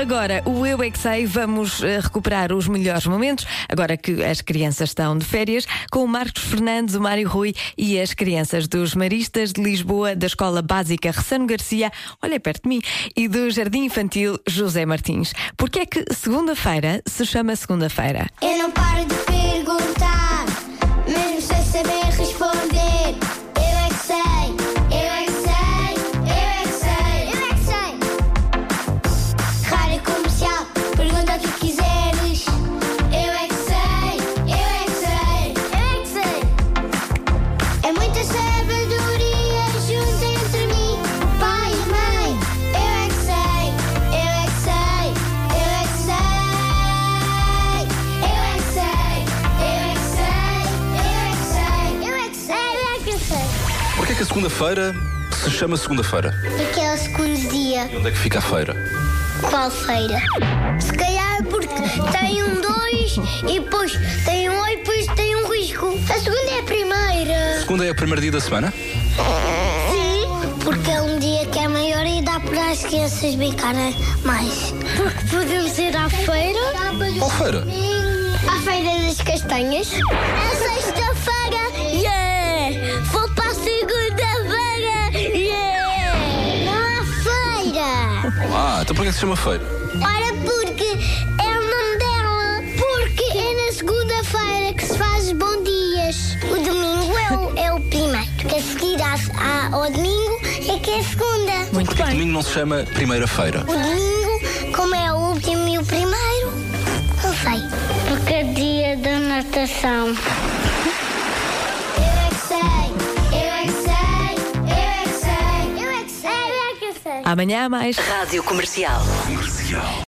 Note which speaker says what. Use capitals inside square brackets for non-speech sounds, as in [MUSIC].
Speaker 1: Agora, o Eu é que sei, vamos eh, recuperar os melhores momentos, agora que as crianças estão de férias, com o Marcos Fernandes, o Mário Rui e as crianças dos Maristas de Lisboa, da Escola Básica Ressano Garcia, olha é perto de mim, e do Jardim Infantil José Martins. Porque é que segunda-feira se chama segunda-feira?
Speaker 2: Eu não paro de perguntar, mesmo sem saber responder. Eu é que sei, eu é que sei, eu é que sei, eu é que sei. Rádio comercial, pergunta o que quiseres. Eu é que sei, eu é que sei, eu é que sei. É muita sabedoria junto entre mim, pai e mãe. Eu é que sei, eu é que sei, eu é que sei. Eu é que sei, eu é que sei, eu é que sei, eu é que sei, eu é que sei.
Speaker 3: Porquê que a segunda-feira se chama segunda-feira?
Speaker 2: Porque é o segundo dia.
Speaker 3: E onde é que fica a feira?
Speaker 2: Qual feira? Se calhar porque tem um 2 e depois tem um 8 e depois tem um risco. A segunda é a primeira.
Speaker 3: Segunda é o primeiro dia da semana?
Speaker 2: Sim. Porque é um dia que é maior e dá para as crianças brincarem
Speaker 3: [LAUGHS]
Speaker 2: mais. Porque podemos ir à feira. Hum,
Speaker 3: Qual feira?
Speaker 2: À feira das castanhas. A sexta-feira. Yeah! Vou para a segunda-feira. Yeah! Não há feira.
Speaker 3: Ah, então porquê que se chama feira?
Speaker 2: Ora, porque é o nome dela. Porque é na segunda-feira que se faz bom dias. O domingo é o, é o primeiro. Que a seguir à- à- ao domingo é que é a segunda.
Speaker 1: Muito
Speaker 3: Porquê que domingo não se chama primeira-feira?
Speaker 2: O domingo, como é o último e o primeiro, não sei. Porque é dia da natação. Eu é que sei, eu é que sei, eu é que sei, eu é que sei, eu é que sei.
Speaker 1: Amanhã há mais.
Speaker 4: Rádio Comercial.